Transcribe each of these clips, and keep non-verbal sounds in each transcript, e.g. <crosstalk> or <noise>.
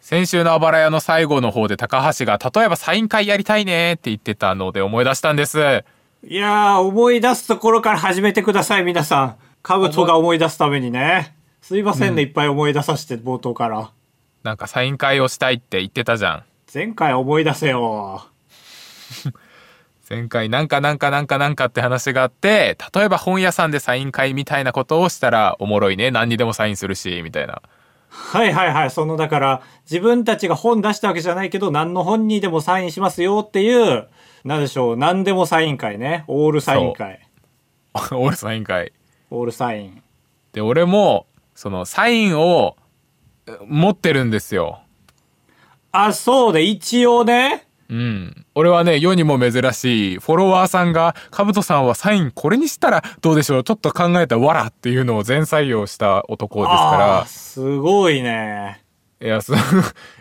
先週のあばら屋の最後の方で高橋が、例えばサイン会やりたいねって言ってたので思い出したんです。いやー、思い出すところから始めてください、皆さん。カブトが思い出すためにね。すいませんね、いっぱい思い出させて、冒頭から。なんかサイン会をしたいって言ってたじゃん。前回思い出せよ。前回なんかなんかなんかなんかって話があって、例えば本屋さんでサイン会みたいなことをしたらおもろいね。何にでもサインするし、みたいな。はいはいはい、そのだから、自分たちが本出したわけじゃないけど、何の本にでもサインしますよっていう、なんでしょう、何でもサイン会ね。オールサイン会。俺サイン会。オールサイン。で、俺も、そのサインをえ持ってるんですよ。あ、そうで、一応ね。うん。俺はね、世にも珍しい、フォロワーさんが、カブトさんはサインこれにしたらどうでしょうちょっと考えたわらっていうのを全採用した男ですあかーすごいね。ら、い <laughs> や、そ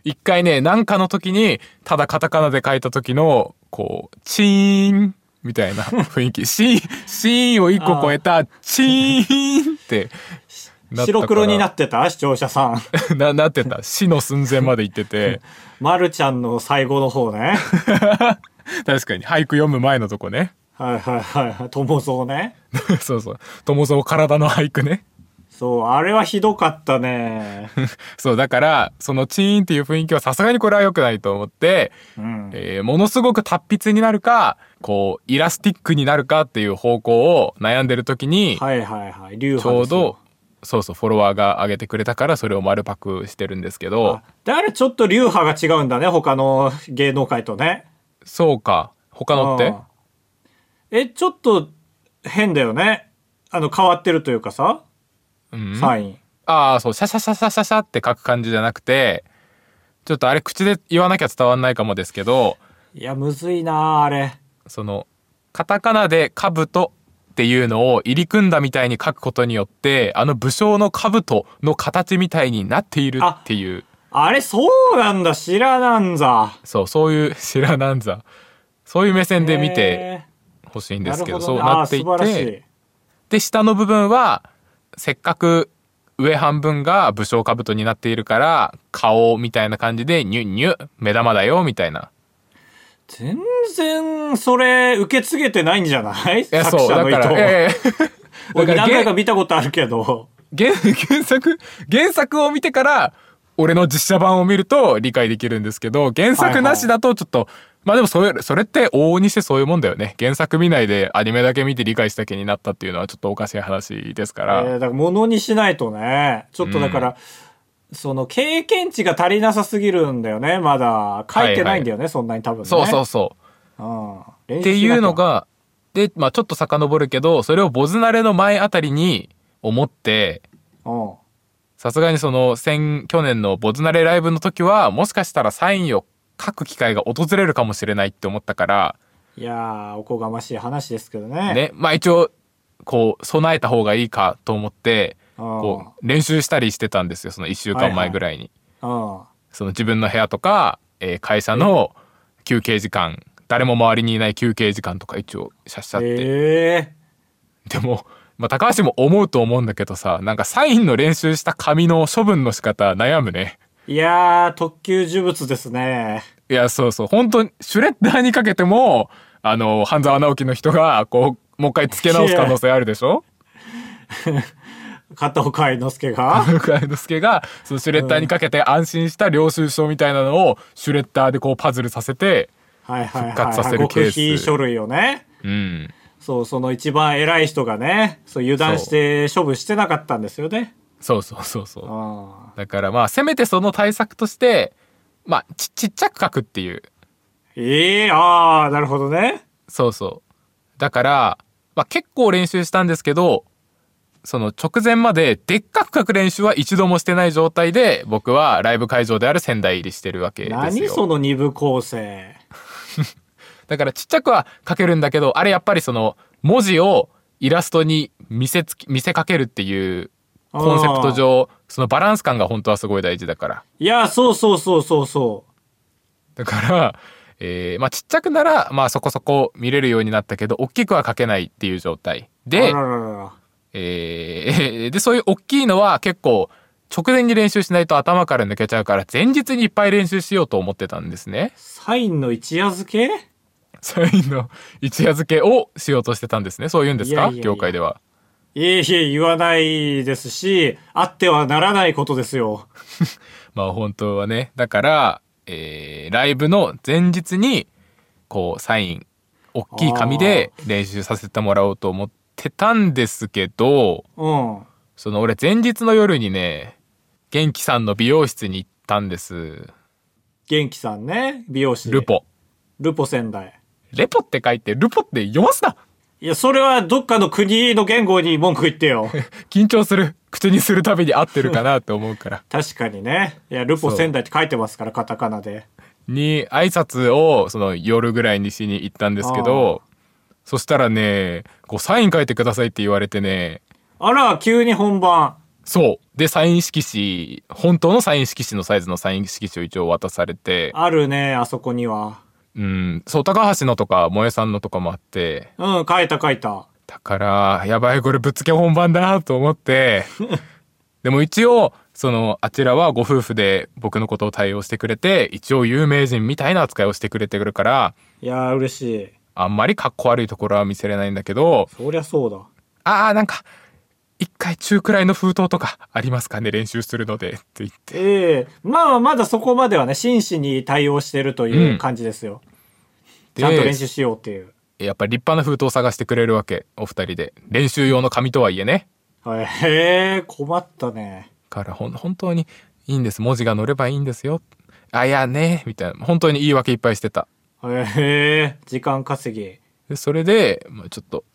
一回ね、なんかの時に、ただカタカナで書いた時の、こう、チーンみたいな雰 <laughs> 囲気。シーン、シーンを一個超えた、チーンってなったから、白黒になっってた視聴者さ <laughs> ん。てな、なってた。死の寸前まで行って <laughs> て、まるちゃんの最後の方ね。確かに、俳句読む前のとこね。はいはいはいはい。友蔵ね。 <laughs> そうそう。友蔵体の俳句ね。そう、あれはひどかっ <laughs> たね。そう、だから、そのチーンっていう雰囲気はさすがにこれは良くないと思って、うん。えーものすごく達筆になるか、こう、イラスティックになるかっていう方向を悩んでる時に、はいはいはい。流ちょ派うですよど、そうそう、フォロワーが上げてくれたから、それを丸パクしてるんですけどあ、だからちょっと流派が違うんだね。他の芸能界とね。そうか、他のっうてんえ、ちょっと変だよね。あの、変わってるというかさ。うんサイン。ああ、そう、シャシャシャシャシャシャって書く感じじゃなくて、ちょっとあれ口で言わなきゃ伝わんないかもですけど、いや、むずいなあれ。そのカタカナで「兜」っていうのを入り組んだみたいに書くことによってあの武将の兜の形みたいになっているっていうあれ、そうなんだ。知らなんざ。そうそういう白なんざそういう目線で見てへほしいんえでなするけほどどそうねあなあってい素晴らしてい。で下の部分はせっかく上半分が武将兜になっているから顔みたいな感じでニュッニュッ目玉だよみたいな全然、それ、受け継げてないんじゃないいや作そう者 <laughs> だからの意図を。いやいやいや俺だから何回か見たことあるけど。原 <laughs> 原作原作を見てから俺の実写版を見ると理解できるんですけど原作なしだとちょっと、まあでもそれそれって往々にしてそういうもんだよね原作見ないでアニメだけ見て理解した気になったっていうのはちょっとおかしい話ですから、えーだから物にしないとね。ちょっとだから、その経験値が足りなさすぎるんだよね、まだ。書いてないんだよね、そんなに多分ね。。そうそうそううん。練習しなきゃっていうの。がでまあちょっと遡るけどそれをボズナレの前あたりに思ってうん。さすがにその先去年のボズナレライブの時はもしかしたらサインを書く機会が訪れるかもしれないって思ったからいやー、おこがましい話ですけどね。ね、まあ一応、こう、備えた方がいいかと思って、うん。こう、練習したりしてたんですよ、その1週間前ぐらいに。うん。その自分の部屋とか、えー会社の休憩時間、誰も周りにいない休憩時間とか一応、シャッシャって。えでも、まあ高橋も思うと思うんだけどさ、なんかサインの練習した紙の処分の仕方悩むね。ー。いやー、特級呪物ですね。いや、そうそう、本当にシュレッダーにかけても、あの、半沢直樹の人が、こう、もう一回付け直す可能性あるでしょ。片岡愛之助が <laughs> 向井之助がそのシュレッダーにかけて安心した領収書みたいなのをシュレッダーでこうパズルさせてはいはいはい、復活させはい。るケース極秘書類をね。うんそう、その一番偉い人がね、そう油断して処分してなかったんですよね。そうそうそうそううん。だからまあせめてその対策としてまあちちっちゃく書くっていうええああ、なるほどね。そうそうだから、まあ、結構練習したんですけどその直前まででっかく書く練習は一度もしてない状態で僕はライブ会場である仙台入りしてるわけですよ何その二部構成。だからちっちゃくは書けるんだけど、あれやっぱりその文字をイラストに見せつき、見せかけるっていうコンセプト上、そのバランス感が本当はすごい大事だから。いや、そうそうそうそうそだから、えーまあちっちゃくなら、まあそこそこ見れるようになったけど、大きくは書けないっていう状態。う。あでら、ららら <laughs> えーで、そういう大きいのは結構直前に練習しないと頭から抜けちゃうから前日にいっぱい練習しようと思ってたんですね。サインの一夜漬けサインの一夜漬けをしようとしてたんですね。そう言うんですかいやいやいや業界では。いえいえ、言わないですし、あってはならないことですよ。まあ本当はね。だから、えーライブの前日に、こう、サイン、大きい紙で練習させてもらおうと思ってたんですけど、うん。その俺前日の夜にね、元気さんの美容室に行ったんです。元気さんね、美容師。ル。ポ。ルポ仙台。レポって書いて、ルポって読ますないや、それはどっかの国の言語に文句言ってよ。緊張する。口にするたびに合ってるかなと思うから。確かにね。いや、ルポ仙台って書いてますから、カタカナで。に挨拶をその夜ぐらいにしに行ったんですけどそしたらねこうサイン書いてくださいって言われてねあら、急に本番。そうでサイン色紙本当のサイン色紙のサイズのサイン色紙を一応渡されてあるね、あそこには。うんそう高橋のとか萌えさんのとかもあってうん、書いた書いた。だからやばいこれぶっつけ本番だと思ってでも一応そのあちらはご夫婦で僕のことを対応してくれて一応有名人みたいな扱いをしてくれてるからいやー、嬉しい。あんまりかっこ悪いところは見せれないんだけどそりゃそうだ。ああ、なんか、一回中くらいの封筒とかありますかね練習するので、って言って。ええまあまあ、まだそこまではね、真摯に対応してるという感じですよ。でちゃんと練習しようっていう。やっぱり立派な封筒を探してくれるわけ、お二人で。練習用の紙とはいえね。はいへえ、困ったね。から、ほん、本当にいいんです。文字が載ればいいんですよ。あ、いやね、みたいな。本当に言い訳いっぱいしてた。へえ、時間稼ぎ。でそれで、まあ、ちょっと、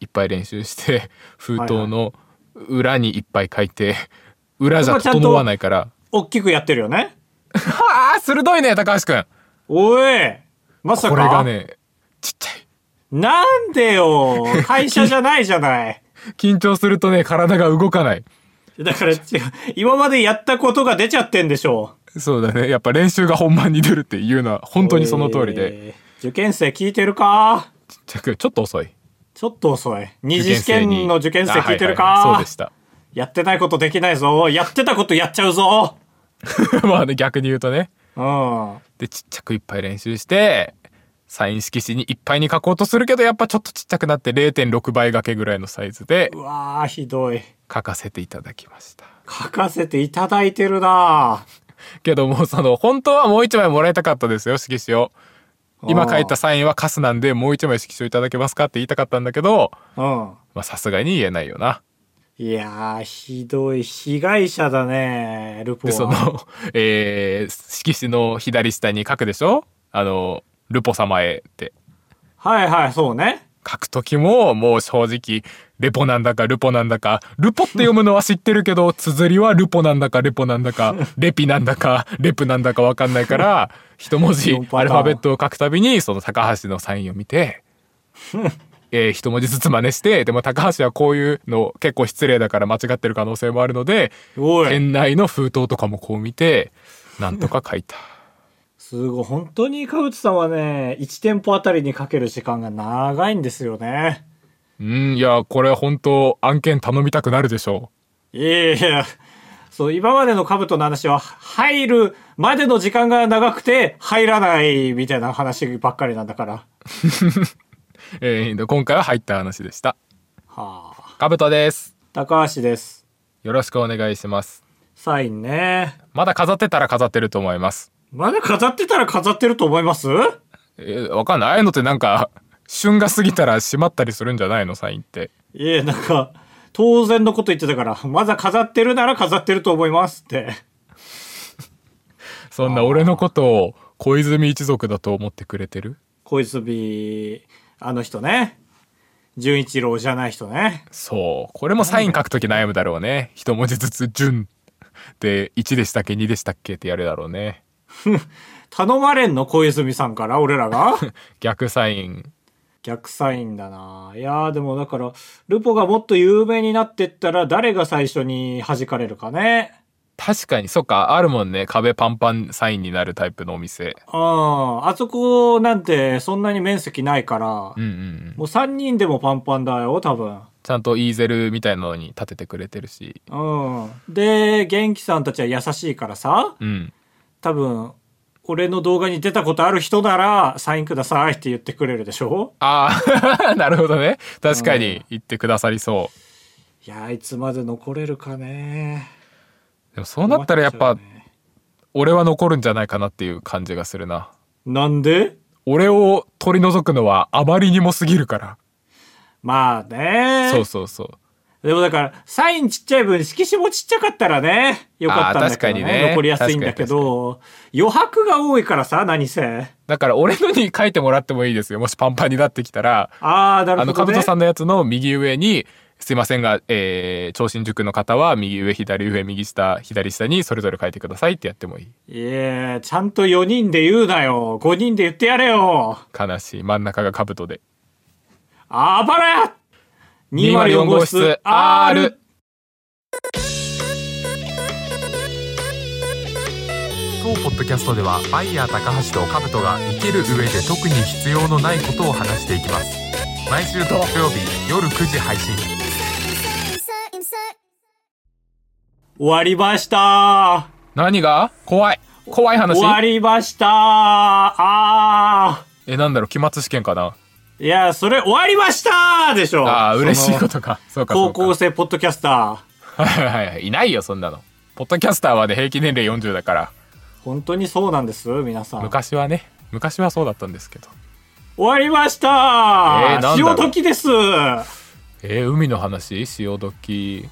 いっぱい練習して、封筒の裏にいっぱい書いて、裏じゃ整わないから。大きくやってるよね。はあ、鋭いね、高橋くん。おいまさかこれがね、ちっちゃい。なんでよ会社じゃないじゃない。緊張するとね、体が動かない。だから違う。今までやったことが出ちゃってんでしょう。そうだね。やっぱ練習が本番に出るっていうのは本当にその通りで。えー。受験生聞いてるかちっちゃく、ちょっと遅い。ちょっと遅い。二次試験の受験生聞いてるあか、はいはいはいそうでした。 <laughs> やってないことできないぞ。やってたことやっちゃうぞ。まあね、逆に言うとね。うん。で、ちっちゃくいっぱい練習して、サイン色紙にいっぱいに書こうとするけど、やっぱちょっとちっちゃくなって0.6倍掛けぐらいのサイズでうわあ、ひどい。書かせていただきました。書かせていただいてるなけども、その、本当はもう一枚もらいたかったですよ、色紙を。今書いたサインはカスなんで、もう一枚色紙をいただけますかって言いたかったんだけど、うん。まあさすがに言えないよな。いやー、ひどい。被害者だね、ルポでは。その、 <laughs> えー色紙の左下に書くでしょあの、ルポ様へって。はいはい、そうね。書くときも、もう正直、レポなんだかルポなんだか、ルポって読むのは知ってるけど、綴りはルポなんだかレポなんだ <laughs> か、レピなんだか、レプなんだかわかんないから、一文字四パターンアルファベットを書くたびに、その高橋のサインを見 <laughs> て、えー一文字ずつ真似して、でも高橋はこういうの結構失礼だから間違ってる可能性もあるので、おい。店内の封筒とかもこう見て、なんとか書いた。すごい。本当に川内さんはね、1店舗あたりにかける時間が長いんですよね。うん、いや、これ本当案件頼みたくなるでしょいやいやいや。そう、今までの兜の話は、入るまでの時間が長くて、入らないみたいな話ばっかりなんだから。う。えー今回は入った話でした。はあ。かぶとです。高橋です。よろしくお願いします。サインね。まだ飾ってたら飾ってると思います。まだ飾ってたら飾ってると思いますえーわかんない。ああいうのってなんか、旬が過ぎたら閉まったりするんじゃないのサインって。いえ、なんか、当然のこと言ってたから、まだ飾ってるなら飾ってると思いますって。そんな俺のことを小泉一族だと思ってくれてる小泉、あの人ね。純一郎じゃない人ね。そう。これもサイン書くとき悩むだろうね。一文字ずつ、順。で、1でしたっけ ?2 でしたっけってやるだろうね。頼まれんの小泉さんから、俺ら <laughs> が。逆サイン。逆サインだな。いやーでもだから、ルポがもっと有名になってったら、誰が最初に弾かれるかね。確かに、そっか、あるもんね。壁パンパンサインになるタイプのお店。ああ、あそこなんてそんなに面積ないから、うんうんうん。もう3人でもパンパンだよ、多分。ちゃんとイーゼルみたいなのに立ててくれてるしうん。で、元気さんたちは優しいからさ、うん多分、俺の動画に出たことある人なら、サインくださいって言ってくれるでしょああ <laughs> なるほどね確かに言ってくださりそう、いやー、いつまで残れるかね。でもそうなったらやっ困ぱちゃうね俺は残るんじゃないかなっていう感じがするななんで俺を取り除くのはあまりにも過ぎるからまあね。そうそうそうでもだから、サインちっちゃい分、色紙もちっちゃかったらね、よかったんだけどね。あー確かにね残りやすいんだけど、余白が多いからさ、何せ。だから俺のに書いてもらってもいいですよもしパンパンになってきたらああ、なあるほの、かど、ぶね。とさんのやつの右上に、すいませんが、えー、長身塾の方は、右上、左上、右下、左下に、それぞれ書いてくださいってやってもいい。いやちゃんと4人で言うなよ。5人で言ってやれよ。悲しい。真ん中がかぶとで。あばら !204 号室 R! 当ポッドキャストではバイヤー高橋とカブトが生きる上で特に必要のないことを話していきます毎週土曜日夜9時配信 insert, insert. 終わりました何が怖い怖い終わ話りましたあえなんだろう期末試験かなーいや、それ終わりましたでしょああ嬉しいこその <laughs> とかそうかそう高か校生ポッドキャスター。はいはいはいいないよそんなのポッドキャスターはね平均年齢40だから本当にそうなんです皆さん。終昔はね昔はそうだったんですけどわりましたえーなんだろう潮時ですいえー海の話潮時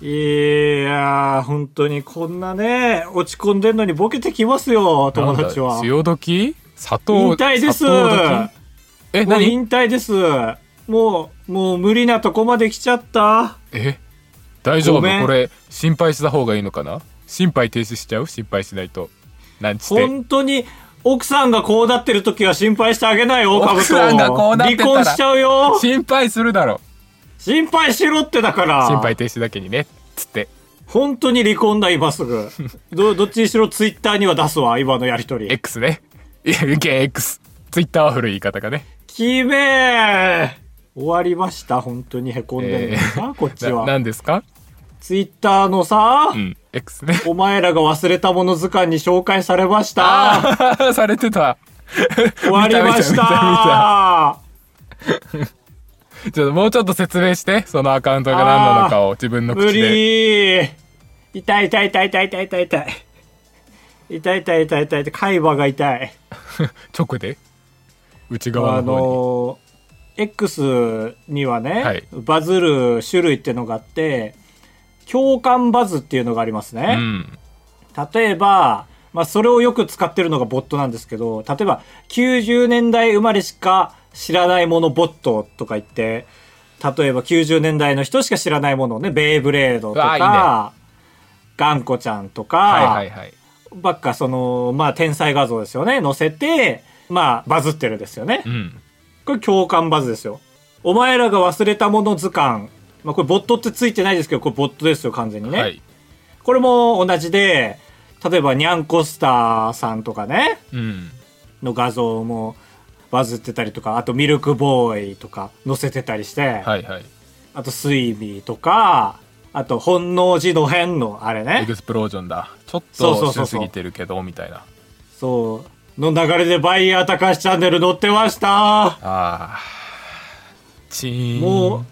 やー、本当にこんなね、落ち込んでんのにボケてきますよ、友達なんは。だ潮時砂糖引退です砂糖時えもう何引退です。もう、もう無理なとこまで来ちゃった。え大丈夫ごめんこれ心配した方がいいのかな心肺停止しちゃう心配しないとなんちして本当に、奥さんがこうなってる時は心配してあげないよ、カブ奥ト。さんがこうなってたら離婚しちゃうよ。心配するだろ心配しろってだから。心肺停止だけにねつって本当に離婚だ、今す <laughs> ぐ。ど、どっちにしろツイッターには出すわ、今のやりとり。 X ねいや意見 X ツイッターは古い言い方がねきめえ終わりました、本当に凹んでるのか、こっちなは。何ですかツイッターのさ、うん X ねお前らが忘れたもの図鑑に紹介されました。ああ <laughs> されてた終わりまし見た見た見た見たたちょっともうちょっと説明して、そのアカウントが何なのかを自分の無口で。理痛い痛い痛い痛い痛い痛い痛い痛い痛い痛い痛い痛い海馬が痛い直で内あ側の方に。の X にはね、はいバズる種類ってのがあって共感バズっていうのがありますね、うん。例えば、まあ、それをよく使ってるのがボットなんですけど例えば90年代生まれしか知らないものボットとか言って例えば90年代の人しか知らないものをねベイブレードとうわかガンコちゃんとか、はいはいはい。ばっかそのまあ天才画像ですよね載せてまあバズってるですよねう。ん。これ共感バズですよ。お前らが忘れたもの図鑑。まあこれボットってついてないですけど、これボットですよ、完全にね。はい。これも同じで、例えばニャンコスターさんとかね、うん。の画像もバズってたりとか、あとミルクボーイとか載せてたりして、はいはい。あとスイミーとか、あと本能寺の変のあれエね、クスプロージョンだ。ちょっそうそうとそうそ旬うすぎてるけど、みたいな。そう、の流れでバイヤー高橋チャンネル載ってました。ああ。チーン。も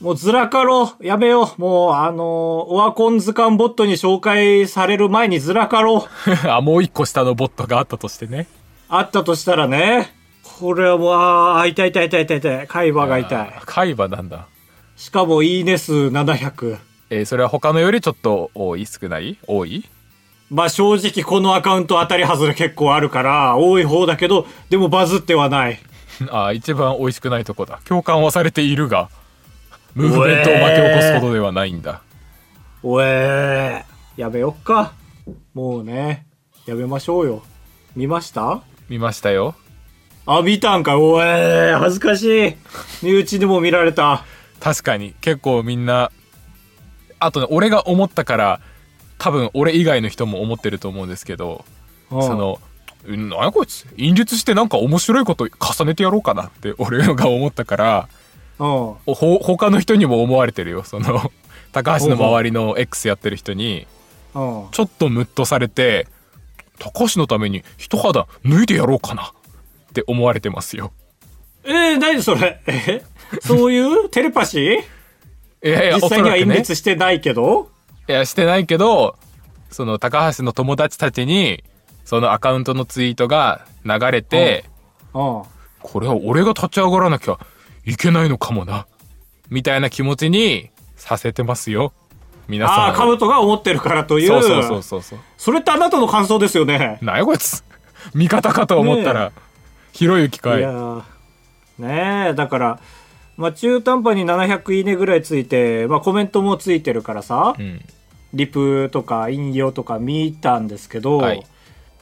う、もうずらかろう。やめよう。もう、あのーオワコン図鑑ボットに紹介される前にずらかろ <laughs> う。あ、もう一個下のボットがあったとしてね。あったとしたらね。これはもう、あー痛い痛い痛い痛い痛い。海馬が痛いあ。ー海馬なんだ。しかも、いいね数700。えーそれは他のよりちょっと多い少ない多い <laughs> まあ正直このアカウント当たり外れ結構あるから、多い方だけど、でもバズってはない。ああ、一番美味しくないとこだ。共感はされているが、ムーブメントを巻き起こすことではないんだ。おえー。やめよっか。もうね、やめましょうよ。見ました見ましたよ。あ、見たんか。おえー、恥ずかしい。身内でも見られた。確かに結構みんなあとね俺が思ったから多分俺以外の人も思ってると思うんですけど、うんその「うん <laughs> 何やこいつ陰術してなんか面白いこと重ねてやろうかな」って俺が思ったからうん。おほ他の人にも思われてるよその高橋の周りの X やってる人にうん。ちょっとムッとされて高橋のために一肌脱いでやろうかなって思われてますよえー、何それえそ <laughs> ういうテレパシーいやいや実際にはおそらく隠ね滅してないけど、いやしてないけどその高橋の友達たちにそのアカウントのツイートが流れて、うん。これは俺が立ち上がらなきゃいけないのかもなみたいな気持ちにさせてますよ皆さんああ、をカブトが思ってるからという。そうそうそうそうそうそれってあなたの感想ですよね。なんやこいつ <laughs> 味方かと思ったら、ひろゆきかいいやーねえ、だから、まあ中途半端に700いいねぐらいついて、まあコメントもついてるからさ、うんリプとか引用とか見たんですけど、はい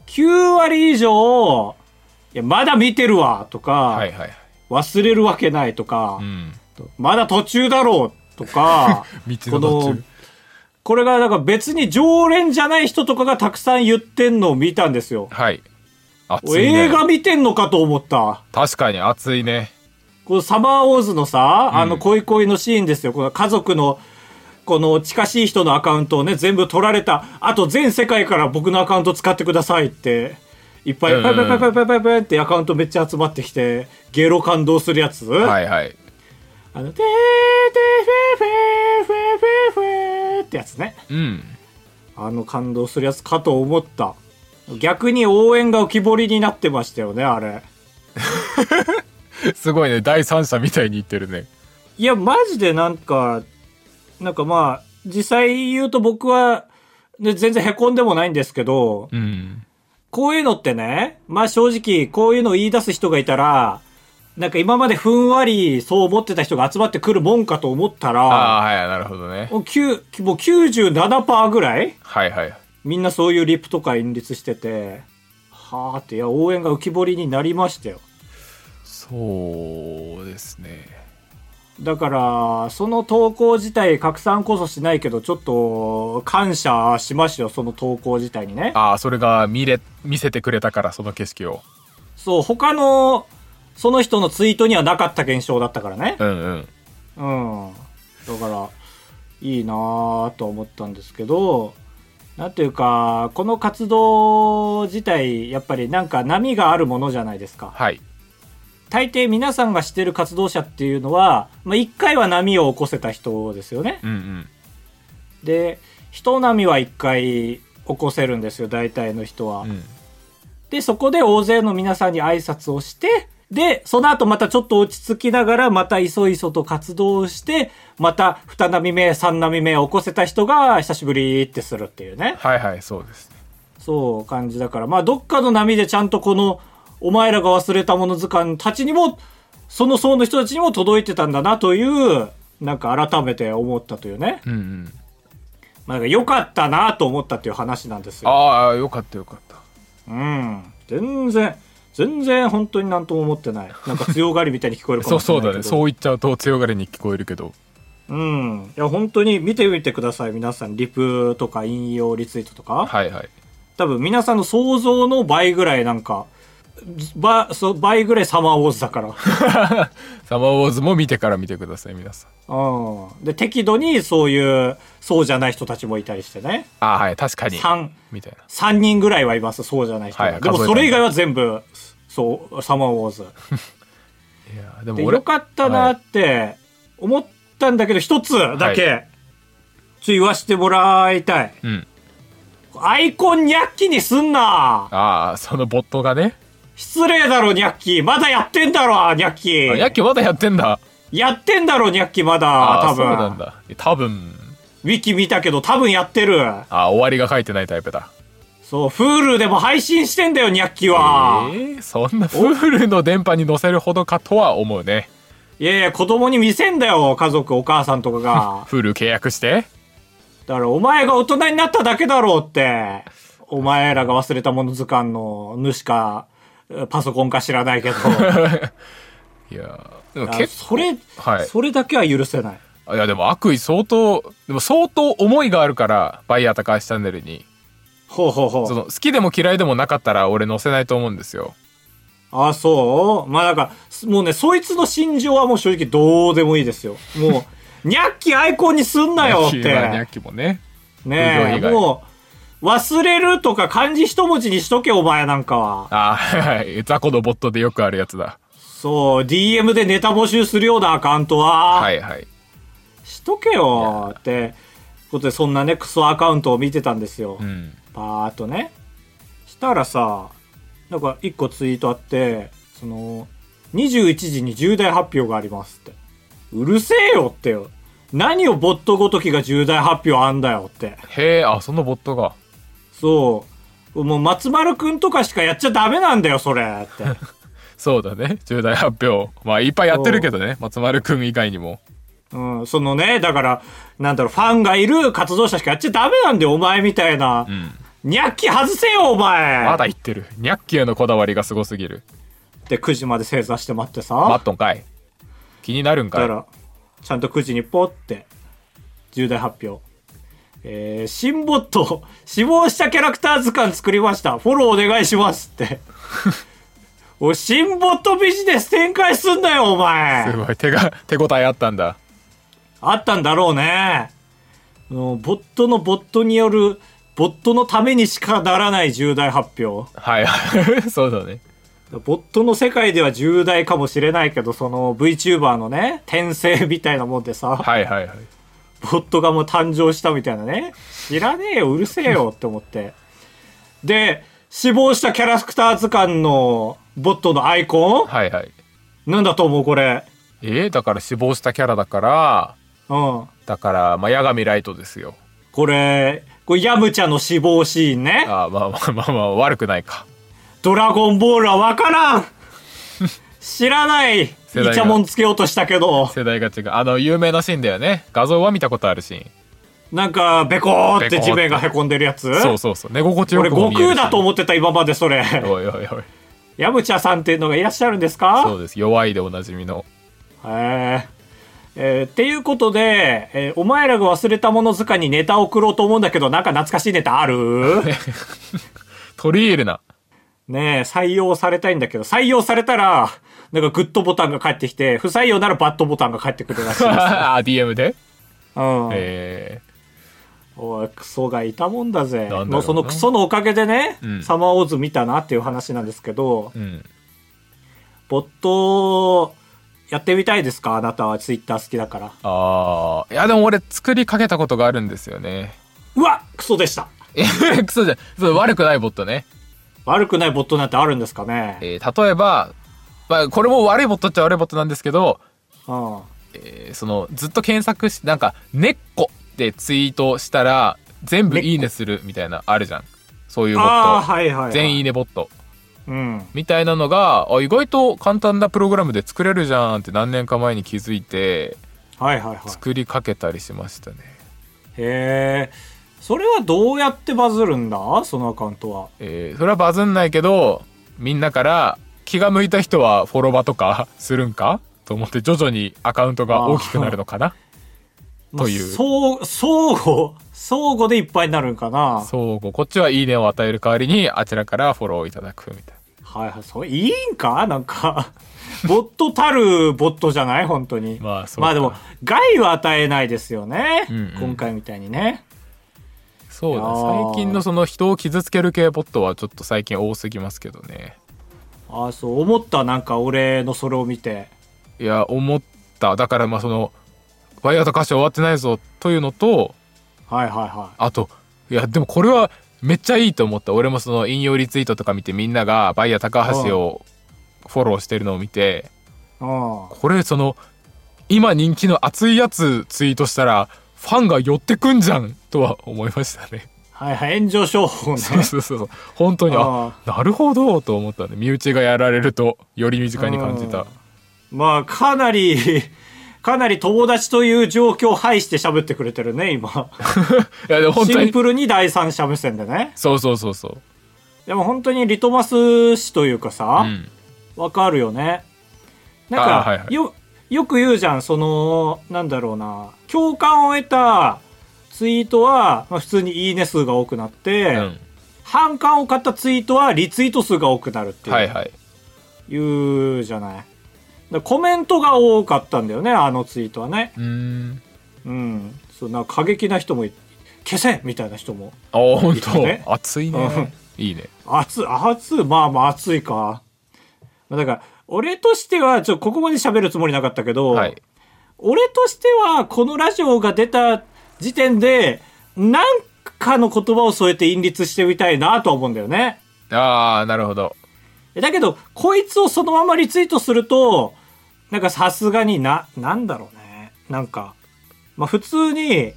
9割以上、いや、まだ見てるわとか、はいはいはい忘れるわけないとか、うん、まだ途中だろうとか <laughs> 道の途こ中これがなんか別に常連じゃない人とかがたくさん言ってんのを見たんですよ。はい熱いね映画見てんのかと思った。確かに熱いねこのサマーウォーズのさ、あうのん恋恋のシーンですよ。この家族の、この近しい人のアカウントをね、全部取られた。あと全世界から僕のアカウント使ってくださいって。いっぱうい、んパイパイパイパイパイパイパイってアカウントめっちゃ集まってきて、ゲロ感動するやつ。はいはいあの、てーてーフェーフェーフェーフェーフェーってやつね。うんあの感動するやつかと思った。逆に応援が浮き彫りになってましたよね、あれ。すごいね第三者みたいに言ってるねいや、マジでなんか、なんかまあ、実際言うと僕は、ね、全然凹んでもないんですけど、うんこういうのってね、まあ正直、こういうのを言い出す人がいたら、なんか今までふんわりそう思ってた人が集まってくるもんかと思ったら、ああーはいなるほどねもうきゅうもう97%ぐらいはいはいみんなそういうリプとか引率してて、はーって、いや、応援が浮き彫りになりましたよ。そうですねだから、その投稿自体拡散こそしないけど、ちょっと感謝しますよ、その投稿自体にね。ああそれが見れ見せてくれたからその景色をそう、他の、その人のツイートにはなかった現象だったからね。うんうんうん。だから、いいなぁと思ったんですけど、なんていうか、この活動自体、やっぱりなんか波があるものじゃないですか。はい大抵皆さんがしてる活動者っていうのは、まあ、1回は波を起こせた人ですよね。うんうんで、人波は1回起こせるんですよ、大体の人は。うんで、そこで大勢の皆さんに挨拶をして、で、その後またちょっと落ち着きながら、またいそいそと活動をして、また2波目、3波目を起こせた人が久しぶりってするっていうね。はいはいそうですねそう感じだから、まあどっかの波でちゃんとこの、お前らが忘れたもの図鑑たちにも、その層の人たちにも届いてたんだなという、なんか改めて思ったというね。うんうんまあなんか良かったなと思ったっていう話なんですよ。ああよかったよかったうん。全然、全然本当になんとも思ってない。なんか強がりみたいに聞こえるかそもうし <laughs> それうないけど。だねそう言っちゃうと強がりに聞こえるけどうん。いや本当に見てみてください。皆さん、リプとか引用リツイートとか。はいはい多分皆さんの想像の倍ぐらいなんか、ば、そう、倍ぐらいサマーウォーズだから。 <laughs> サマーウォーズも見てから見てください皆さんうん。で、適度にそういう、そうじゃない人たちもいたりしてね。ああはい確かに3、みたいな三人ぐらいはいます、そうじゃない人が。はいでも数えたそれ以外は全部、そう、サマーウォーズ。いやーでで、も俺よかったなって思ったんだけど、一つだけ、ちょ、言わしてもらいたい。うんアイコンニャッキにすんなああそのボットがね失礼だろ、ニャッキまだやってんだろ、ニャッキあ野球まだやってんだやってんだろ、ニャッキまだ、ああ多そうなん分。だ多分ウィキ見たけど、多分やってる。ああ終わりが書いてないタイプだそう、フールでも配信してんだよ、ニャッキは。えーそんなフールの電波に乗せるほどかとは思うねいやいや、子供に見せんだよ、家族、お母さんとかが。フール契約して <laughs> だから、お前が大人になっただけだろうって。お前らが忘れたもの図鑑の主か、パソコンか知らな <laughs> いけど。いやーでもあ結それ、はいそれだけは許せない。構いやでも悪意相当でも相当思いがあるからバイヤー高橋チャンネルにほうほうほ。そうの好きでも嫌いでもなかったら俺載せないと思うんですよあ、そうまあなんか、すもうね、そいつの心情はもう正直どうでもいいですよ。も <laughs> う、ニャッキアイコンにすんなよっニャッキはニャてッ。キもね。ね不評え、被害もう、忘れるとか漢字一文字にしとけ、お前なんかは。あーはいはい。雑魚のボットでよくあるやつだ。そう、DM でネタ募集するようなアカウントは。はいはい。しとけよってことで、そんなね、クソアカウントを見てたんですよ。うん。パーっとねしたらさなんか一個ツイートあってその21時に重大発表がありますってうるせえよってよ何をボットごときが重大発表あんだよってへえ、あ、そのボットが。そうもう松丸くんとかしかやっちゃダメなんだよそれって <laughs> そうだね。重大発表。まあ、いっぱいやってるけどね。松丸くん以外にも。うん、そのねだからなんだろうファンがいる活動者しかやっちゃダメなんだよお前みたいな、うん。ニャッキ外せよお前まだ言ってる。ニャッキへのこだわりがすごすぎる。って9時まで正座して待ってさマットンかい。気になるんかだい。から、ちゃんと9時にポって、重大発表。えー、新ボット、死亡したキャラクター図鑑作りました。フォローお願いします <laughs> って。おい、新ボットビジネス展開すんなよ、おす前ごい。手が、手応えあったんだ。あったんだろうね。あのボットのボットによる、ボットのためにしかならない重大発表。はいはい。 <laughs> そうだね。ボットの世界では重大かもしれないけど、その VTuber のね、転生みたいなもんでさ、はいはいはい。ボットがもう誕生したみたいなね。知らねえよ、うるせえよって思って。で、死亡したキャラクター図鑑のボットのアイコはいはい。ンなんだと思うこれ。えー、だから死亡したキャラだから、うん。だから、まあ、矢神ライトですよ。これ、これヤムチャの死亡シーンね。あーまあまあまあまあ、悪くないか。ドラゴンボールはわからん知らないイチ世代がャモンつけようとしたけど、世代が違う。あの、有名なシーンだよね。画像は見たことあるシーン。なんか、ベコーってベコーって地面が凹んでるやつそうそうそう。寝心地よ俺、くも悟見える空だと思思ってた、今までそれ。おいおいおい。ヤムチャさんっていうのがいらっしゃるんですかそうです。弱いでおなじみの。へええーっていうことで、えーお前らが忘れたもの図鑑にネタ送ろうと思うんだけど、なんか懐かしいネタ <laughs> ある取り入れな。ねえ、採用されたいんだけど、採用されたら、なんかグッドボタンが返ってきて、不採用ならバッドボタンが返ってくるらしい <laughs> です。あ、DM でうん。えおい、クソがいたもんだぜ。だろうなもうそのクソのおかげでね、うんサマーオーズ見たなっていう話なんですけど、ー、うん。ボット、やってみたいですかあなたはツイッター好きだから。ああ。いや、でも俺、作りかけたことがあるんですよね。うわクソでしたえ、クソじゃん。そう、悪くないボットね。悪くないボットなんてあるんですかねえー例えば、まあ、これも悪いボットっちゃ悪いボットなんですけど、うん。えーその、ずっと検索し、なんか、根っこってツイートしたら、全部いいねするみたいな、あるじゃん。そういうボああット。はいはい、はい、全いいねボット。うんみたいなのが、あ、意外と簡単なプログラムで作れるじゃんって何年か前に気づいて、はいはいはい作りかけたりしましたね。へえそれはどうやってバズるんだそのアカウントはえーそれはバズんないけど、みんなから、気が向いた人はフォロバとか <laughs> するんかと思って徐々にアカウントが大きくなるのかなというまあそう相互相互でいっぱいになるんかなそう、こっちはいいねを与える代わりに、あちらからフォローをいただくみたいはいはいそういいんかなんかボットたるボットじゃない本当にまあそうかまあでも害は与えないですよね、うんうん今回みたいにねな。そういやーだ、最近のその人を傷つける系ボットはちょっと最近多すぎますけどね。ああそう思ったなんか俺のそれを見ていや、思った。だからまあその、ワイヤーと歌詞終わってないぞというのと、はいはいはあと、いや、でもこれはめっちゃいいと思った。俺もその引用リツイートとか見てみんながバイヤー高橋をフォローしてるのを見て、いうんこれその、今人気の熱いやつツイートしたら、ファンが寄ってくんじゃんとは思いましたね。はいはい炎上商法 <laughs> ねそうそうそうそう。本当に、あ、なるほどと思ったね。身内がやられると、より身近に感じた。まあ、かなり、 <laughs> かなり友達という状況を排して喋ってくれてるね、今。いや、でも本当シンに。プルに第三者目線でね。そうそうそうそう。でも本当にリトマス紙というかうさ、ん。わ、かるよね。なんあーか、はいはいよ、よく言うじゃん、その、なんだろうな、共感を得たツイートは、まあ、普通にいいね数が多くなって、うん。反感を買ったツイートはリツイート数が多くなるっていう。はいはい。言うじゃない。でコメントが多かったんだよね、あのツイートはね。うーん。うん。そう、なんか過激な人もい、消せみたいな人も。あ、本いいね当。熱いね。いいね。熱、熱、まあまあ熱いか。まあだから、俺としては、ちょ、ここまで喋るつもりなかったけど、はい。俺としては、このラジオが出た時点で、なんかの言葉を添えて隠立してみたいなとは思うんだよね。ああ、なるほど。だけど、こいつをそのままリツイートすると、なんかさすがにな、なんだろうね。なんか、まあ普通に、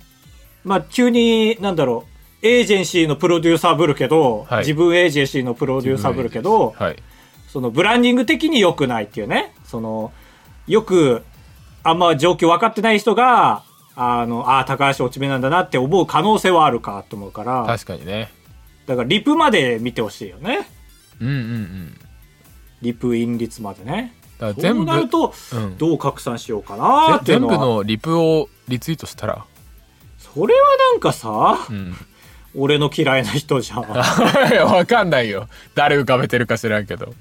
まあ急に、なんだろう、エージェンシーのプロデューサーぶるけど、はい自分エージェンシーのプロデューサーぶるけど、はい。そのブランディング的に良くないっていうね。その、よく、あんま状況分かってない人が、あの、ああ、高橋落ち目なんだなって思う可能性はあるかと思うから、確かにね。だからリプまで見てほしいよね。うんうんうん。リプイン率までね。だからそ全う部なると、うんどう拡散しようかなっていう全の部はのリプをリツイートしたら。それはなんかさ、う <laughs> ん。俺の嫌いな人じゃん。いやわかんないよ。誰浮かべてるか知らんけど。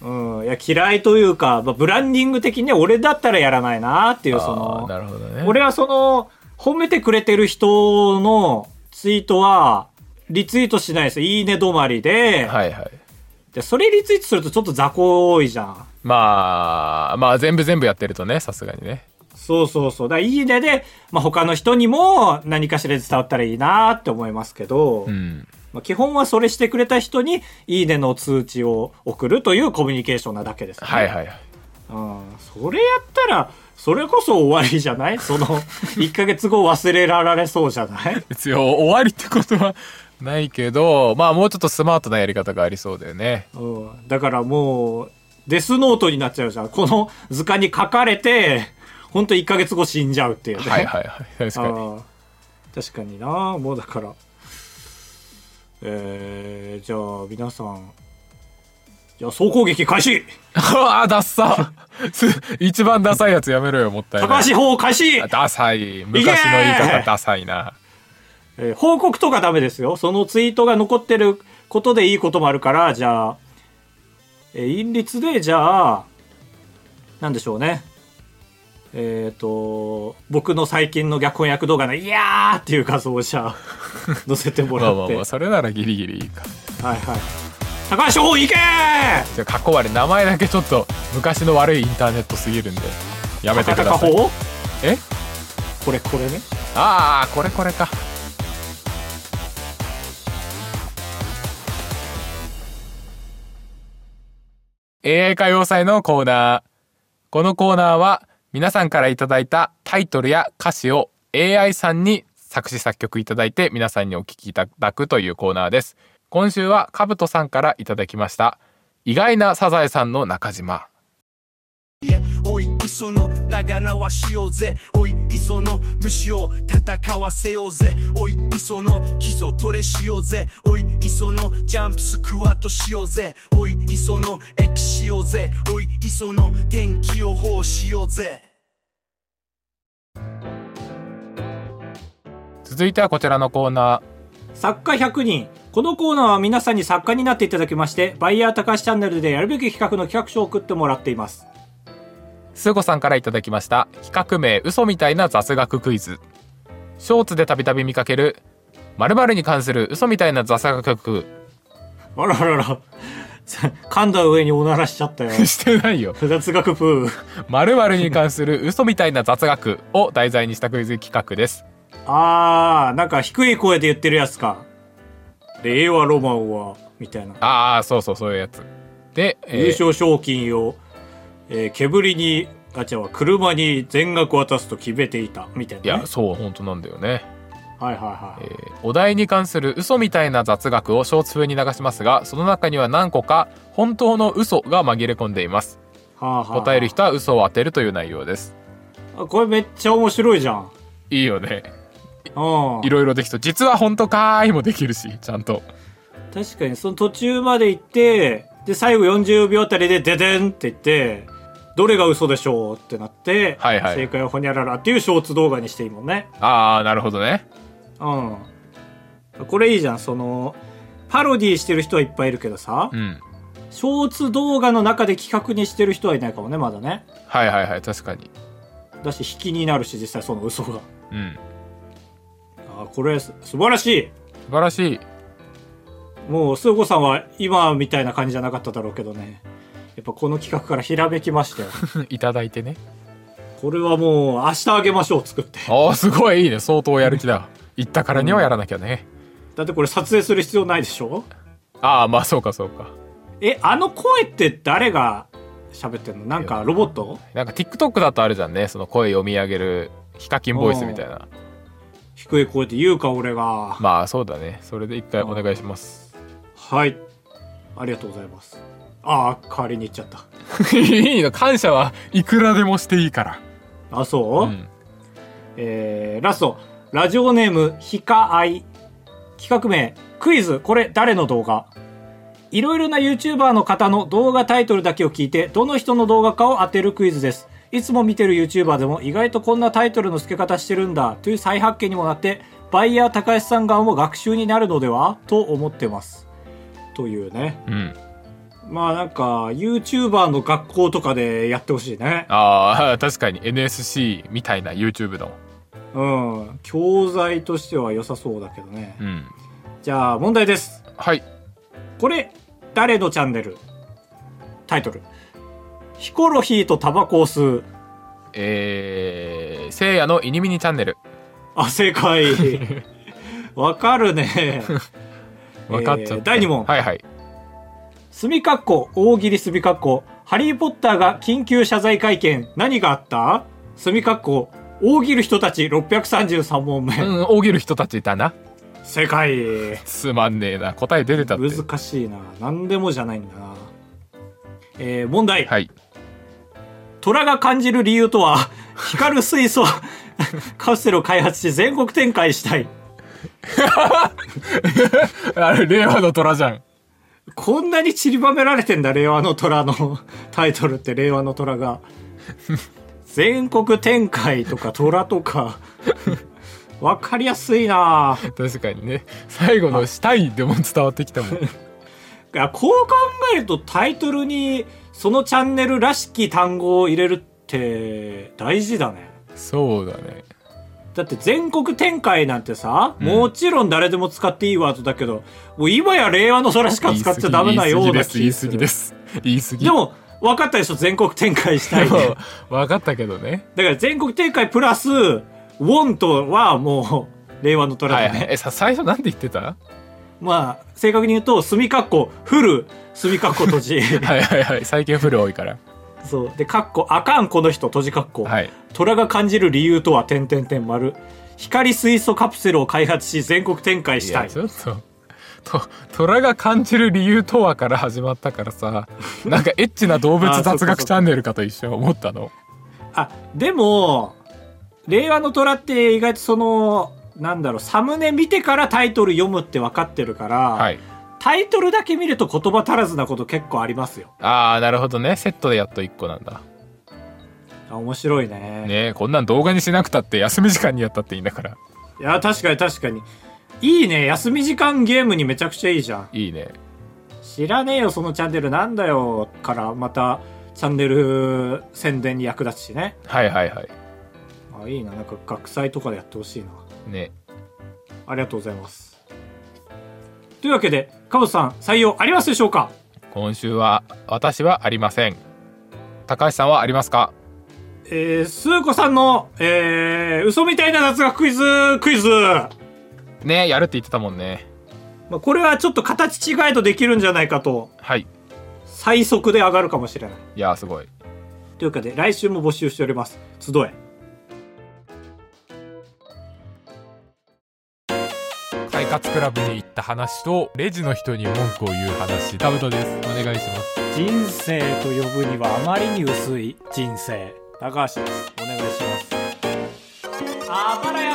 うん。いや、嫌いというか、まあ、ブランディング的には俺だったらやらないなっていう、そああ、の、なるほどね。俺はその、褒めてくれてる人のツイートは、リツイートしないですよ。いいね止まりで、はいはい。で、それリツイートするとちょっと雑魚多いじゃん。まあ、まあ全部全部やってるとね、さすがにね。そうそうそう。だからいいねで、まあ、他の人にも何かしらで伝わったらいいなって思いますけど、うん。まあ、基本はそれしてくれた人に、いいねの通知を送るというコミュニケーションなだけです、ね。はいはいはい。うん。それやったら、それこそ終わりじゃないその、1ヶ月後忘れられそうじゃない別に終わりってことはないけど、まあもうちょっとスマートなやり方がありそうだよね。うん、だからもう、デスノートになっちゃうじゃん。この図鑑に書かれて、ほんと1ヶ月後死んじゃうっていうね。はいはいはい。確かに。あー確かにな。もうだから。えー、じゃあ皆さん。じゃあ総攻撃開始ああ、ダッサす一番ダサいやつやめろよ、もったいない。高橋砲開始、あダサい。昔の言いいけ方ーダサいな。えー報告とかダメですよ。そのツイートが残ってることでいいこともあるから、じゃあ、えー、因律で、じゃあ、なんでしょうね。えっ、と、僕の最近の逆翻訳動画の、いやーっていう画像をじゃ <laughs> あ、載せてもまらあまっあて。まあ、それならギリギリいいか。はいはい。高橋王いけーじゃあ、囲われ、名前だけちょっと昔の悪いインターネットすぎるんで、やめて高く高ださい。法えこれこれね。ああ、これこれか。AI 歌謡祭のコーナー。このコーナーは皆さんからいただいたタイトルや歌詞を AI さんに作詞作曲いただいて皆さんにお聞きいただくというコーナーです。今週はカブトさんからいただきました。意外なサザエさんの中島。おい嘘のだがらはしようぜおい磯の虫を戦わせようぜおい磯の基礎トレしようぜおい磯のジャンプスクワットしようぜおい磯のエクしようぜおい磯の天気予報しようぜ続いてはこちらのコーナー。作家100人。このコーナーは皆さんに作家になっていただきまして、バイヤー高橋チャンネルでやるべき企画の企画書を送ってもらっています。スーゴさんからいただきました企画名嘘みたいな雑学クイズショーツでたびたび見かける〇〇に関する嘘みたいな雑学あらあらあら。さ噛んだ上におならしちゃ <laughs> ったよ。してないよ雑学プー。 〇〇に関する嘘みたいな雑学を題材にしたクイズ企画ですあー、なんか低い声で言ってるやつか。令和ロマンは、みたいな。ああそうそうそういうやつで、えー優勝賞金を、えー煙に、あ、違うわ、車に全額渡すと決めていた、みたいいなね、やそう本当なんだよね、はいはいはい。えーお題に関する嘘みたいな雑学をショーツ風に流しますがその中には何個か本当の嘘が紛れ込んでいますはあはあはあ答える人は嘘を当てるという内容ですあこれめっちゃ面白いじゃん。いいよねうんい。ろいろできそう実は本当かーいもできるしちゃんと確かにその途中まで行って、で、最後40秒あたりでデデンって言って、どれが嘘でしょうってなって、はいはい正解はほにゃららっていうショーツ動画にしていいもんね。ああなるほどねうん。これいいじゃん。その、パロディしてる人はいっぱいいるけどさ、うんショーツ動画の中で企画にしてる人はいないかもねまだねはいはいはい確かにだし引きになるし実際その嘘がうんあーこれす素晴らしい素晴らしい <laughs> もう、スーゴさんは今みたいな感じじゃなかっただろうけどね。やっぱこの企画からひらめきましたよ。いただいてねこれはもう、明日あげましょう作って。ああすごいいいね相当やる気だ行ったからにはやらなきゃね、だってこれ撮影する必要ないでしょああまあそうかそうかえ、あの声って誰が喋ってんのなんかロボットなんか TikTok だとあるじゃんねその声読み上げるヒカキンボイスみたいな低い声で言うか俺が。まあそうだねそれで一回お願いしますはい。ありがとうございます。ああ、代わりに言っちゃった。 <laughs> いいの感謝はいくらでもしていいからあ、そう、うんえー、ラスト。ラジオネーム、ヒカアイ。企画名、クイズ、これ誰の動画いろいろな YouTuber の方の動画タイトルだけを聞いて、どの人の動画かを当てるクイズです。いつも見てる YouTuber でも意外とこんなタイトルの付け方してるんだという再発見にもなって、バイヤー高橋さん側も学習になるのではと思ってます。というね。うんまあなんか、YouTuber の学校とかでやってほしいね。ああ確かに NSC みたいな YouTube のうん。教材としては良さそうだけどね。うんじゃあ問題です。はいこれ、誰のチャンネルタイトル。ヒコロヒーとタバコを吸う。えー、せいやのイニミニチャンネルあ、正解。 <laughs> わかるね。分かっちゃった、えー第二問はいはい墨かっこ、大喜利墨かっこ、ハリーポッターが緊急謝罪会見、何があった墨かっこ、大喜利人たち633問目。うん大喜利人たちいたな正解。つまんねえな答え出てたって難しいな。何でもじゃないんだな。えー問題。はい <laughs> 虎が感じる理由とは、光る水素カプセルを開発し全国展開したい。あれ令和の虎じゃんこんなに散りばめられてんだ、令和の虎のタイトルって、令和の虎が。全国展開とか虎とか。わかりやすいなぁ確かにね最後の「したい」でも伝わってきたもんいやこう考えるとタイトルにそのチャンネルらしき単語を入れるって大事だね。そうだねだって全国展開なんてさ、もちろん誰でも使っていいワードだけど、もう今や令和の空しか使っちゃダメなような気言いす過ぎるです言い過ぎでですも、分かったでしょ全国展開したい言いっ過ぎでても。分かったけどねだから全国展開プラス、ウォンとはもう、令和の虎はいだはいね。えさ最初なんて言ってたまあ、正確に言うと、隅括弧、フル、隅括弧閉じ。はいはいはい最近古多いからそう。で、括弧、あかんこの人、閉じ括弧。はい虎が感じる理由とは、点点点丸。光水素カプセルを開発し、全国展開いしたやい。ちょっとと虎が感じる理由とはから始まったから <laughs> さなんかエッチな動あ物ーそっか雑そっか学チャンネルかと一緒に思ったのあ、でも、令和の虎って意外とその、なんだろう、サムネ見てからタイトル読むって分かってるから、はいタイトルだけ見ると言葉足らずなこと結構ありますよ。ああなるほどねセットでやっと1個なんだあ面白いね。ねえこんなん動画にしなくたって休み時間にやったっていいんだからいや、確かに確かに。いいね。休み時間ゲームにめちゃくちゃいいじゃん。いいね知らねえよ、そのチャンネルなんだよ。から、また、チャンネル宣伝に役立つしね。はいはいはいあ、いいな。なんか学祭とかでやってほしいな。ねありがとうございます。というわけで、カブさん、採用ありますでしょうか今週は私はありません高橋さんはありますかえー、スー子さんの、えー、嘘みたいな雑学クイズ、クイズ。まねえやるって言ってたもんねあ、これはちょっと形違いとできるんじゃないかと、はい最速で上がるかもしれない。いやーすごいというかで、来週も募集しております。集え。快活クラブに行った話とレジの人に文句を言う話タブトですお願いします人生と呼ぶにはあまりに薄い人生。高橋です。お願いします。あばらや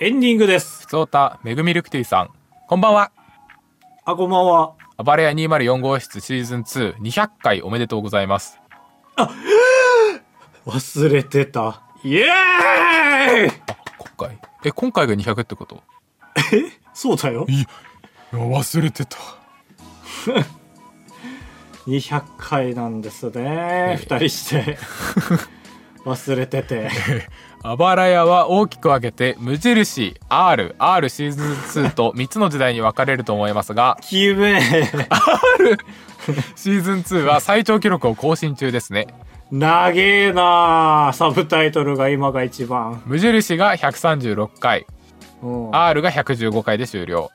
エンディングです。ふつおためぐみルクティさんこんばんはあ、こんばんは。暴れ屋204号室シーズン2200回おめでとうございます忘れてた。イエーイ今回え今回が200ってことそうだよ。い忘れてた200回なんですね、二2人して <laughs> 忘れててあばら屋は大きく分けて無印 RR シーズン2と3つの時代に分かれると思いますがきめえ <laughs> シーズン2は最長記録を更新中ですね長えなサブタイトルが今が一番無印が136回うん R が115回で終了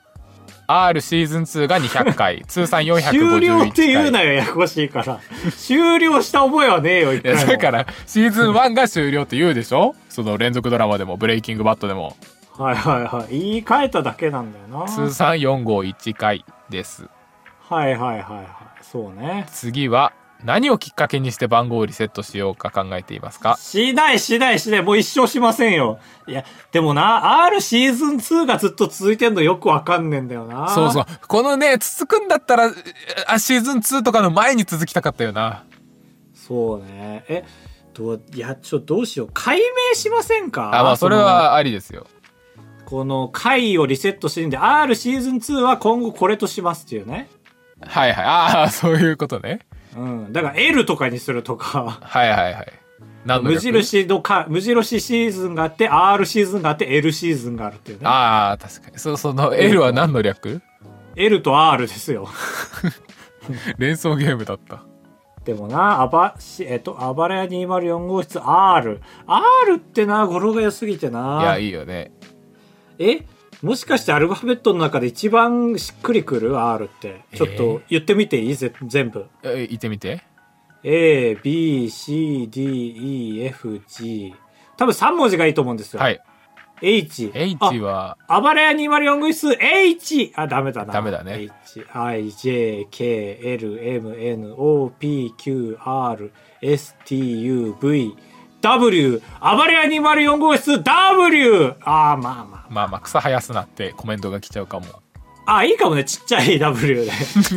R シーズン2が200回 <laughs> 通算451回終了って言うなよややこしいから終了した覚えはねえよ一いや回もだからシーズン1が終了って言うでしょその連続ドラマでも「ブレイキングバット」でもはいはいはい言い換えただけなんだよな通算451回ですはいはいはいはいそうね次は何をきっかけにして番号をリセットしようか考えていますかしないしないしないもう一生しませんよいやでもな R シーズン2がずっと続いてんのよくわかんねえんだよなそうそうこのね続くんだったらあシーズン2とかの前に続きたかったよなそうねえどういやちょどうしよう解明しませんかあまあそれはありですよそのこの回をリセットしてるんで R シーズン2は今後これとしますっていうねはいはいああそういうことねうんだから L とかにする <laughs> とかはいはいはい何の略無印のか無印シーズンがあって R シーズンがあって L シーズンがあるっていうねああ確かにそその L は何の略 L と R ですよ <laughs> 連想ゲームだったでもな、あば、しえっと、あばらや204号室 R。R ってな、語呂が良すぎていやな。いいよねえもしかしてアルファベットの中で一番しっくりくる ?R って。ちょっと言ってみていいぜ、全部。え行ってみて A, B, C, D, E, F, G。多分3文字がいいと思うんですよ。はい。 H。 H はあ。あばらや204号室 H! あ、ダメだな。ダメだね。 H, I, J, K, L, M, N, O, P, Q, R, S, T, U, V, W。あばれや204号室 W! あー、まあままあまあ草生やすなってコメントが来ちゃう <laughs> かもあ。あ、いいかもね。ちっちゃい W で。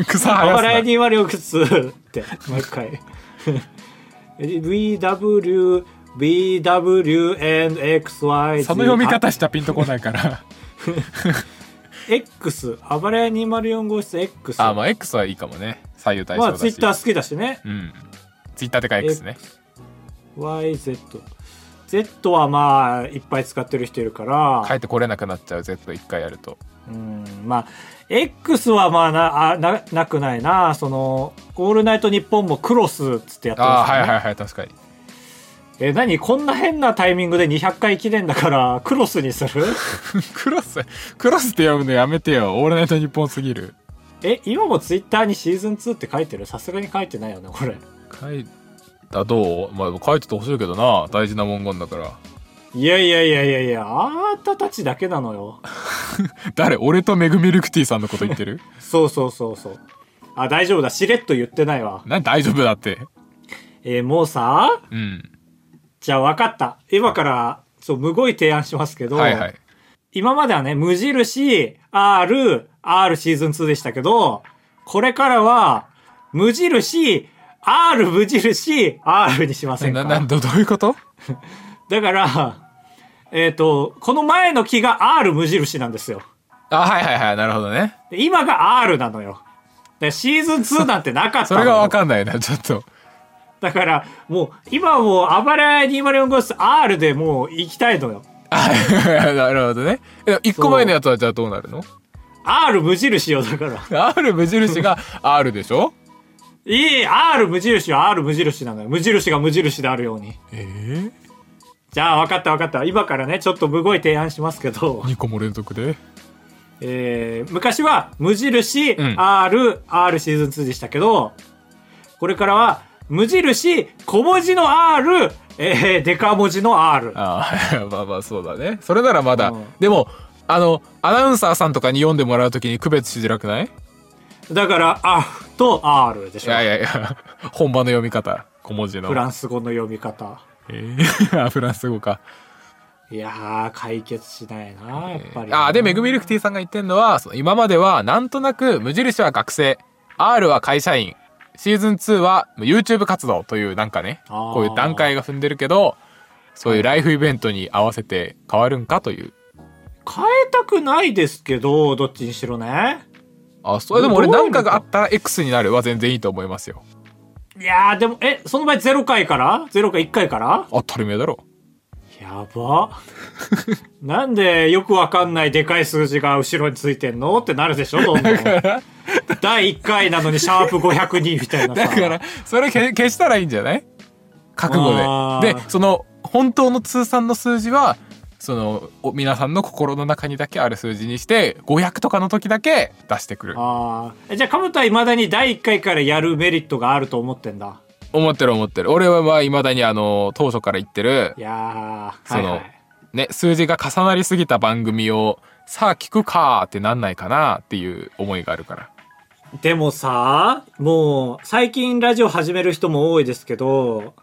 草生あばらややすな204号室って、もう一回。VW, BW, and XY. <laughs> その読み方しちゃピンとこないから X、あばれや204号室 X。あまあ X はいいかもね左右対ま称あ、だしツイッター好きだしね。うんツイッターでか X ね YZ。Z はまあ、いっぱい使ってる人いるから、帰ってこれなくなっちゃう Z 一回やるとうん、まあ、X はまあなあな、なくないな。その、オールナイトニッポンもクロスっつってやってあまあすよはいね。はいはい確かに <laughs> え、何こんな変なタイミングで200回記念だから、クロスにするクロスクロスって読むのやめてよオールナイトニッポンすぎるえ、今もツイッターにシーズン2って書いてるさすがに書いてないよね、これ。書いたどうまあ書いててほしいけどな大事な文言だからいやいやいやいやいや、あなたたちだけなのよ。誰俺とメグミルクティーさんのこと言って <laughs> るそうそうそうそう。あ、大丈夫だ。しれっと言ってないわ。なん大丈夫だってえーもうさ、うんじゃあ分かった。今から、そう、むごい提案しますけど、はいはい今まではね、無印、R、R シーズン2でしたけど、これからは、無印、R 無印、R にしませんなかなんどどういうことだから、えっ、と、この前の木が R 無印なんですよ。あはいはいはいなるほどねで今が R なのよ。でシーズン2なんてなかったそのよれがわかんないなちょっとだから、もう、今はもう、暴れ204号室 R でもう行きたいのよ。あ <laughs> なるほどねえ一個前のやつはじゃあどうなるの R 無印よ、だから。 R 無印 <laughs> が R でしょいい、R 無印は R 無印なのよ。無印が無印であるように。ええじゃあ、分かった分かった。今からね、ちょっとむごい提案しますけど、 2個も連続でえー、昔は無印、ん R、R シーズン2でしたけど、これからは、無印、小文字の R、えー、デカ文字の R。ああ <laughs> まあまあそうだねそれならまだ、うんでもあのアナウンサーさんとかに読んでもらうときに区別しづらくないだから、あと R でしいょ。やいやいや <laughs> 本場の読み方小文字のフランス語の読み方。えー <laughs> あフランス語かいやー、解決しないな、やっぱり。あーでメグミルクティーさんが言ってんのはその今まではなんとなく無印は学生 R は会社員シーズン2は YouTube 活動というなんかねあーこういう段階が踏んでるけどそういうライフイベントに合わせて変わるんかという変えたくないですけど、どっちにしろね。あそうでも俺どういう何のかかがあったら X になるは全然いいと思いますよいやーでも、え、その場合0回から ?0 回1回から当たり前だろやば。なんでよくわかんないでかい数字が後ろについてんのってなるでしょどんどん。第1回なのにシャープ502みたいなさ。だからそれけ消したらいいんじゃない覚あ悟でーでその本当の通算の数字はそのお皆さんの心の中にだけある数字にして500とかの時だけ出してくるああ。じゃあ、かぶとはいまだに第1回からやるメリットがあると思ってんだ。思ってる思ってる俺はまあいまだにあの当初から言ってるいやー、そはい、の、はい。ね数字が重なりすぎた番組をさあ聞くかってなんないかなっていう思いがあるからでもさ、もう、最近ラジオ始める人も多いですけど、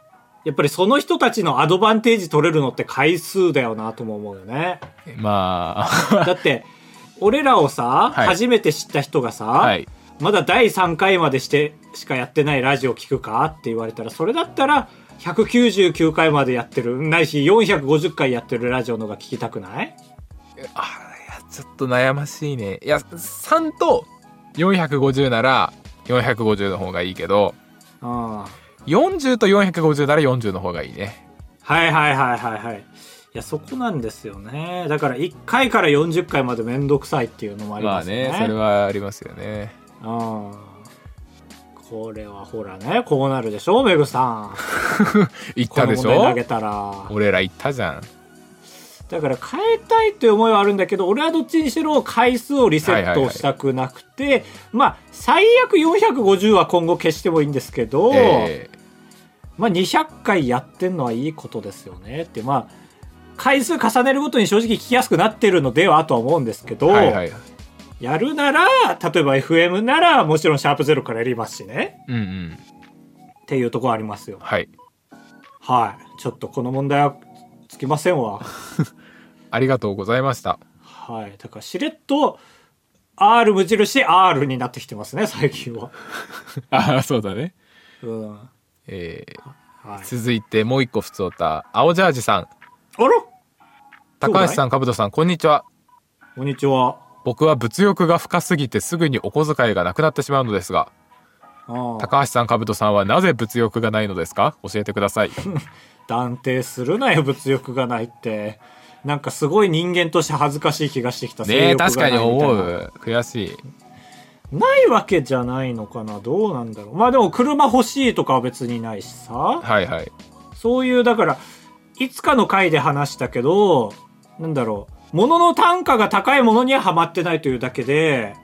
やっぱりその人たちのアドバンテージ取れるのって回数だよなとも思うよね。まあだって、俺らをさ、はい初めて知った人がさ、 <laughs> はいまだ第3回までしてしかやってないラジオ聞くかって言われたら、それだったら、199回までやってる、ないし450回やってるラジオのが聞きたくないあいやちょっと悩ましいねいや3と450なら450の方がいいけどうん。はい40と450なら40の方がいいねはいはいはいはい。いや、そこなんですよね。だから1回から40回までめんどくさいっていうのもありままあすよね。ねそれはありますよねうん。これはほらね、こうなるでしょメ <laughs> グさん。言っこたので問し題投ょげたら。俺ら言ったじゃんだから変えたいという思いはあるんだけど俺はどっちにしろ回数をリセットしたくなくて、まあ最悪450は今後消してもいいんですけど、えーまあ200回やってんのはいいことですよねってまあ回数重ねるごとに正直聞きやすくなってるのではとは思うんですけど、はいはいやるなら例えば FM ならもちろんシャープゼロからやりますしねうんうんっていうところありますよはいはいちょっとこの問題はつきませんわありがとうございましたはい。だから、しれっと、R 無印 R になってきてますね、最近は。ああ <laughs> そうだねうん。はい。えーあら続いてもう一個普通歌青ジャージさんどうだ高い橋さんかぶとさんこんにちはこんにちは。僕は物欲が深すぎてすぐにお小遣いがなくなってしまうのですがうん。高橋さんかぶとさんはなぜ物欲がないのですか教えてくださ <laughs> い断定するなよ、物欲がないって。なんかすごい人間として恥ずかしい気がしてきた。性ねえ欲がない確かに思みたいなう悔しいないわけじゃないのかな。どうなんだろう。まあでも車欲しいとかは別にないしさ。はいはいそういう、だから、いつかの回で話したけど、なんだろう、物の単価が高いものにはハマってないというだけで、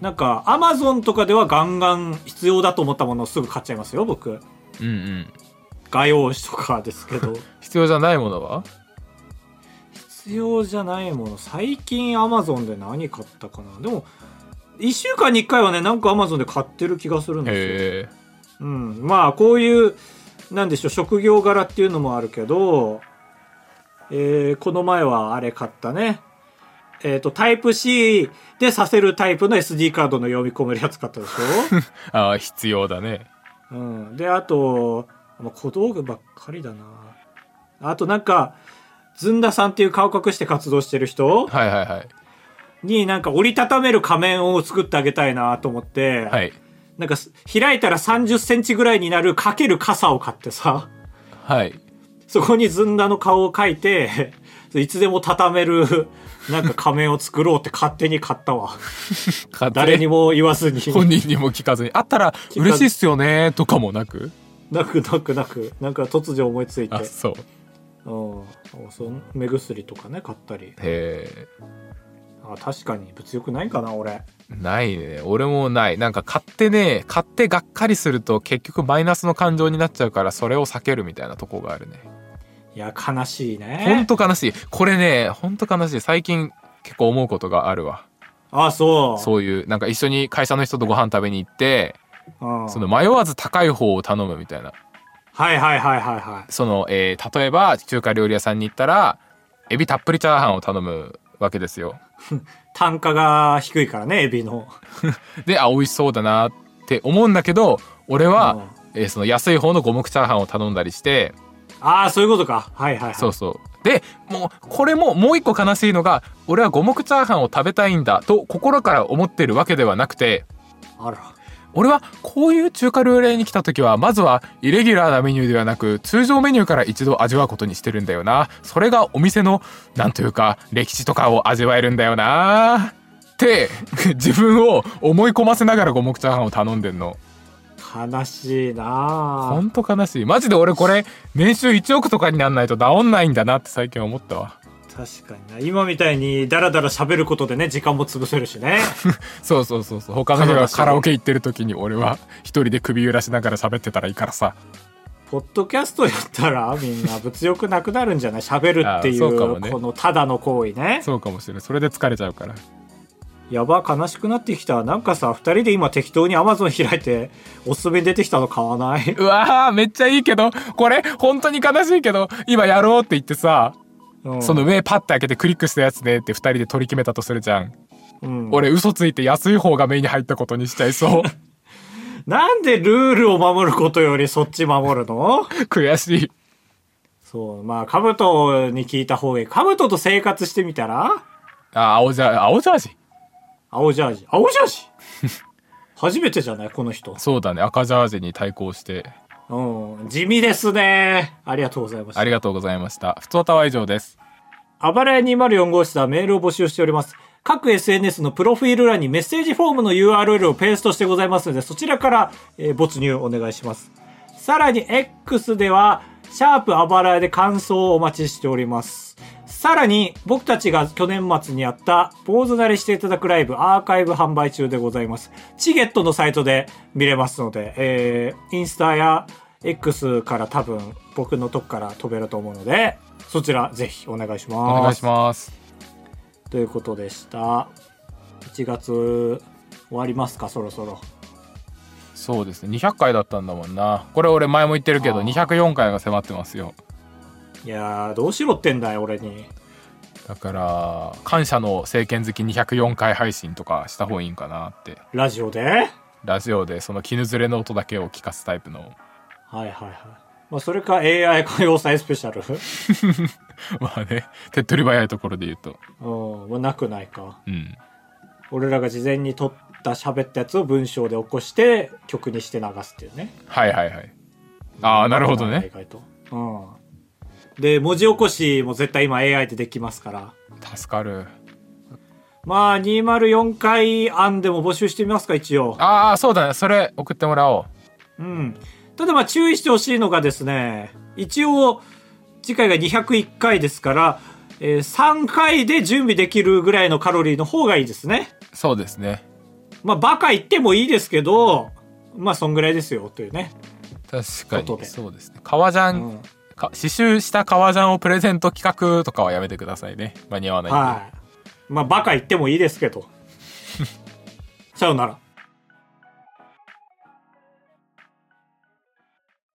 なんか、アマゾンとかではガンガン必要だと思ったものをすぐ買っちゃいますよ、僕。うんうん画用紙とかですけど。必要じゃないものは必要じゃないもの、最近アマゾンで何買ったかな。でも、1週間に1回はね、なんかアマゾンで買ってる気がするんですよ。へえうん、まあこういうなんでしょう職業柄っていうのもあるけど、えーこの前はあれ買ったねえっ、とタイプ C でさせるタイプの SD カードの読み込めるやつ買ったでしああ必要だね <laughs> ょ、うん、であと、まあ、小道具ばっかりだなあとなんかずんださんっていう顔隠して活動してる人はいはいはいになんか折りたためる仮面を作ってあげたいなと思って、はいなんかす開いたら30センチぐらいになるかける傘を買ってさはいそこにずんだの顔を描いて、 <laughs> いつでも畳める、 <laughs> なんか仮面を作ろうって勝手に買った <laughs> わ。誰にもも言わずに。 <laughs> 本人にも聞かずにあったらず嬉しいっすよねとかもなくなくなくなく、なんか突如思いついて。あそううん。そん目薬とかね、買ったり。へえあ確かに、物欲ないかな、俺。ないね俺もないなんか買ってね買ってがっかりすると結局マイナスの感情になっちゃうからそれを避けるみたいなとこがあるねいや、悲しいね。ほんと悲しいこれねほんと悲しい最近結構思うことがあるわあ、そう。そういうなんか一緒に会社の人とご飯食べに行ってうん。その迷わず高い方を頼むみたいなはいはいはいはいはい。その、えー例えば中華料理屋さんに行ったらエビたっぷりチャーハンを頼むわけですよ単価が低いからね、エビの。であ美味しそうだなって思うんだけど俺は、えーその安い方の五目チャーハンを頼んだりしてああ、そういうことか。はいはいはい。そうそう。でもうこれももう一個悲しいのが俺は五目チャーハンを食べたいんだと心から思ってるわけではなくてあら。俺はこういう中華料理屋に来た時はまずはイレギュラーなメニューではなく通常メニューから一度味わうことにしてるんだよなそれがお店のなんというか歴史とかを味わえるんだよなって <laughs> 自分を思い込ませながら五目チャーハンを頼んでんの悲しいほなんと悲しいマジで俺これ年収1億とかになんないと治んないんだなって最近思ったわ確かにな。今みたいにダラダラ喋ることでね、時間も潰せるし <laughs> ね。そうそうそうそう他の人悲がしいカラオケ行ってる時に俺は一人で首揺らしながら喋ってたらいいからさポッドキャストやったらみんな物欲なくなるんじゃない喋るっていあーそうかもう、ねこのただの行為ね。そうかもしれないそれで疲れちゃうからやば、悲しくなってきた。なんかさ、二人で今適当に Amazon 開いて、おすすめに出てきたの買わない <laughs> うわーめっちゃいいけどこれ本当に悲しいけど今やろうって言ってさ、うんその上パッて開けてクリックしたやつねって2人で取り決めたとするじゃんうん俺嘘ついて安い方が目に入ったことにしちゃい <laughs> そうなんでルールを守ることよりそっち守るの悔しいそう、まあ、カブトに聞いた方がいい。カブトと生活してみたらあ青ジャ青ジャージ青ジャージ。青ジャ <laughs> ージ初めてじゃないこの人。そうだね赤ジャージに対抗してうん。地味ですね。ありがとうございましたあり。がとうございましたふつおたは以上ですあばらや204号室ではメールを募集しております。各 SNS のプロフィール欄にメッセージフォームの URL をペーストしてございますので、そちらから、えー没入お願いします。さらに X では、シャープあばらやで感想をお待ちしております。さらに、僕たちが去年末にやった、坊主なりしていただくライブ、アーカイブ販売中でございます。チゲットのサイトで見れますので、えー、インスタや X から多分、僕のとこから飛べると思うので、そちらぜひお願いしおます。願いしますということでした1月終わりますかそろそろそうですね200回だったんだもんなこれ俺前も言ってるけどあー204回が迫ってますよいやーどうしろってんだよ俺にだから感謝の政権好き204回配信とかした方がいいんかなってラジオではいラジオでその絹ずれの音だけを聞かすタイプの <laughs> はいはい、まあ、それか AI 歌謡祭スペシャル <laughs> まあね手っ取り早いところで言うとうん、まあ、なくないかうん俺らが事前に撮った喋ったやつを文章で起こして曲にして流すっていうねはいはいはいああなるほど意ね外とうんで文字起こしも絶対今 AI でできますから助かるまあ204回案でも募集してみますか一応ああそうだねそれ送ってもらおうん。ただまあ注意してほしいのがですね、一応、次回が201回ですから、えー3回で準備できるぐらいのカロリーの方がいいですね。うそうですねまあ、バカ言ってもいいですけど、まあ、そんぐらいですよ、というね。確か外でにそうですね革ジャうン、ん。か刺繍した革ジャンをプレゼント企画とかはやめてくださいね間に合わないんではい。まあ、バカ言ってもいいですけど。さよなら。